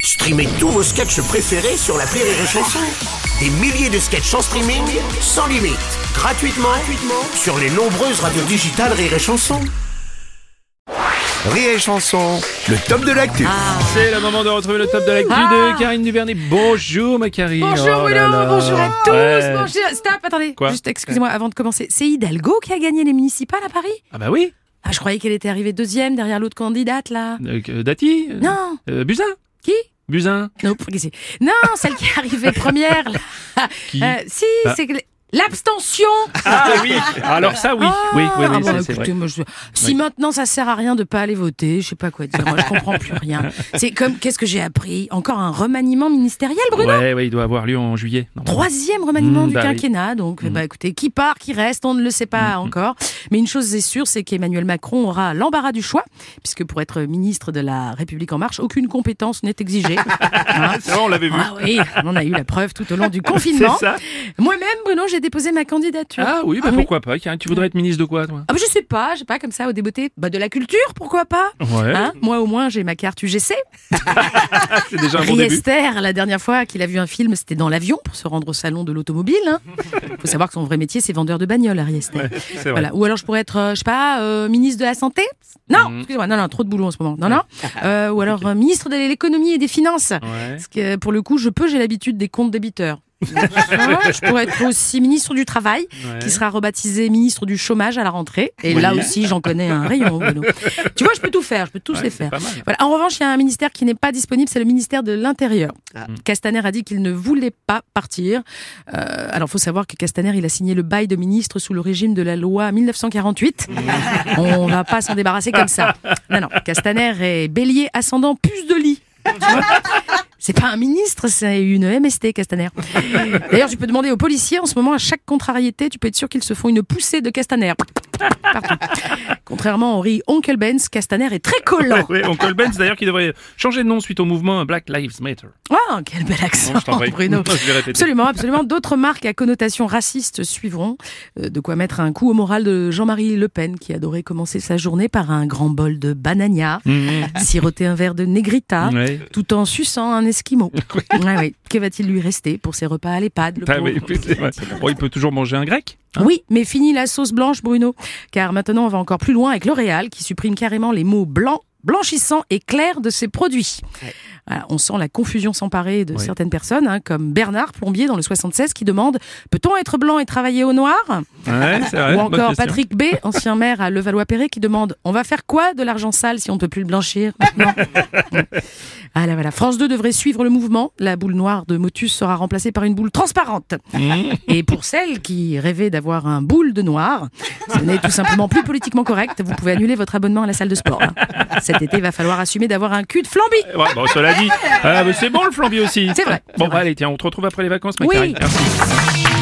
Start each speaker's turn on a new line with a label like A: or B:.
A: Streamez tous vos sketchs préférés sur la Rire et Chanson. Des milliers de sketchs en streaming, sans limite, gratuitement, gratuitement sur les nombreuses radios digitales Rire et Chanson. Rire et Chanson, le top de l'actu.
B: C'est le moment de retrouver le top de l'actu
C: Ah.
B: de Karine Duvernay. Bonjour ma Karine.
C: Bonjour
B: Oh
C: Bruno,
B: là là.
C: bonjour à tous,
B: Ouais.
C: bonjour. Stop, attendez,
B: Quoi
C: juste excusez-moi avant de commencer. C'est Hidalgo qui a gagné les municipales à Paris
B: Ah bah oui,
C: Ah, je croyais qu'elle était arrivée deuxième derrière l'autre candidate là.
B: Euh, euh, Dati euh,
C: Non,
B: euh, Buzyn
C: qui
B: Buzyn
C: Non, pour- qui c'est Non, celle qui est arrivée première. là.
B: Qui
C: Euh, si,
B: Bah.
C: c'est que l'abstention.
B: Ah oui Alors ça oui,
C: Ah,
B: oui, oui, oui,
C: ah bon,
B: c'est- c'est
C: écoutez,
B: vrai.
C: moi, je- Si maintenant ça sert à rien de pas aller voter, je sais pas quoi dire. Moi, je comprends plus rien. C'est comme qu'est-ce que j'ai appris Encore un remaniement ministériel, Bruno.
B: Ouais, ouais, il doit avoir lieu en juillet. normalement.
C: Troisième remaniement
B: Mmh,
C: du
B: bah oui. Hmm,
C: quinquennat, donc bah, écoutez, qui part, qui reste, on ne le sait pas encore. Mais une chose est sûre, c'est qu'Emmanuel Macron aura l'embarras du choix, puisque pour être ministre de la République en marche, aucune compétence n'est exigée. Hein
B: C'est vrai, on l'avait vu.
C: ah oui, on en a eu la preuve tout au long du
B: C'est
C: confinement.
B: ça
C: Moi-même, Bruno, j'ai déposé ma candidature.
B: Ah oui, bah
C: Ah oui.
B: pourquoi pas Karine, tu voudrais être ministre de quoi toi
C: Ah bah, je sais pas, je sais pas comme ça au débeauté. Bah de la culture, pourquoi pas
B: Ouais,
C: Hein Moi au moins j'ai ma carte UGC.
B: c'est déjà un bon début.
C: Riester, la dernière fois qu'il a vu un film, c'était dans l'avion pour se rendre au salon de l'automobile. Il faut savoir que son vrai métier, c'est vendeur de bagnoles, à Riester.
B: C'est vrai.
C: Voilà. Ou alors je pourrais être, euh, je sais pas, euh, ministre de la Santé Non,
B: Mm.
C: excusez-moi, non, non, trop de boulot en ce moment. Non, non. Euh, ou alors euh, ministre de l'économie et des finances.
B: Ouais.
C: Parce que pour le coup, je peux, j'ai l'habitude des comptes débiteurs. Ah, je pourrais être aussi ministre du Travail,
B: Ouais.
C: qui sera rebaptisé ministre du Chômage à la rentrée. Et
B: Oui.
C: là aussi, j'en connais un rayon. Bruno. Tu vois, je peux tout faire, je peux tous
B: Ouais,
C: les
B: c'est
C: faire.
B: Pas mal.
C: Voilà. En revanche, il y a un ministère qui n'est pas disponible, c'est le ministère de l'Intérieur. Castaner a dit qu'il ne voulait pas partir. Euh, alors, faut savoir que Castaner, il a signé le bail de ministre sous le régime de la loi 1948. On va pas s'en débarrasser comme ça. Non, non. Castaner est bélier ascendant puce de lit. Tu vois C'est pas un ministre, c'est une MST, Castaner. D'ailleurs, tu peux demander aux policiers en ce moment, à chaque contrariété, tu peux être sûr qu'ils se font une poussée de Castaner. Partout. Contrairement au riz Onkel Benz, Castaner est très collant.
B: Ouais, Oncle Benz d'ailleurs qui devrait changer de nom suite au mouvement Black Lives Matter.
C: Ah, quel bel
B: Non,
C: accent,
B: je t'en prie.
C: Bruno.
B: Je vais répéter.
C: Absolument, absolument. D'autres marques à connotation raciste suivront. Euh, de quoi mettre un coup au moral de Jean-Marie Le Pen, qui adorait commencer sa journée par un grand bol de banania,
B: Mhm.
C: siroter un verre de Negrita,
B: Ouais.
C: tout en suçant un Esquimau. Ouais, ouais. Que va-t-il lui rester pour ses repas à l'EHPAD le
B: Ah
C: pauvre
B: oui, c'est vrai. Bon, il peut toujours manger un grec.
C: oui, mais fini la sauce blanche, Bruno. Car maintenant, on va encore plus loin avec L'Oréal, qui supprime carrément les mots blanc, blanchissant et clair de ses produits. Voilà, on sent la confusion s'emparer de
B: Ouais.
C: certaines personnes, hein, comme Bernard Plombier dans le 76, qui demande Peut-on être blanc et travailler au noir
B: Ah Ouais, c'est vrai.
C: Ou
B: bonne
C: encore
B: question.
C: Patrick B, ancien maire à Levallois-Perret, qui demande On va faire quoi de l'argent sale si on ne peut plus le blanchir maintenant Ouais. Voilà, voilà. France 2 devrait suivre le mouvement. La boule noire de Motus sera remplacée par une boule transparente.
B: Mmh.
C: Et pour celles qui rêvaient d'avoir un boule de noir, ce n'est tout simplement plus politiquement correct. Vous pouvez annuler votre abonnement à la salle de sport. hein. Cet été, il va falloir assumer d'avoir un cul de flambi.
B: Ouais, bon, cela dit, euh, mais c'est bon le flambi aussi.
C: C'est vrai,
B: Bon,
C: c'est vrai.
B: allez, tiens, on te retrouve après les vacances, ma
C: Oui.
B: Karine. Merci.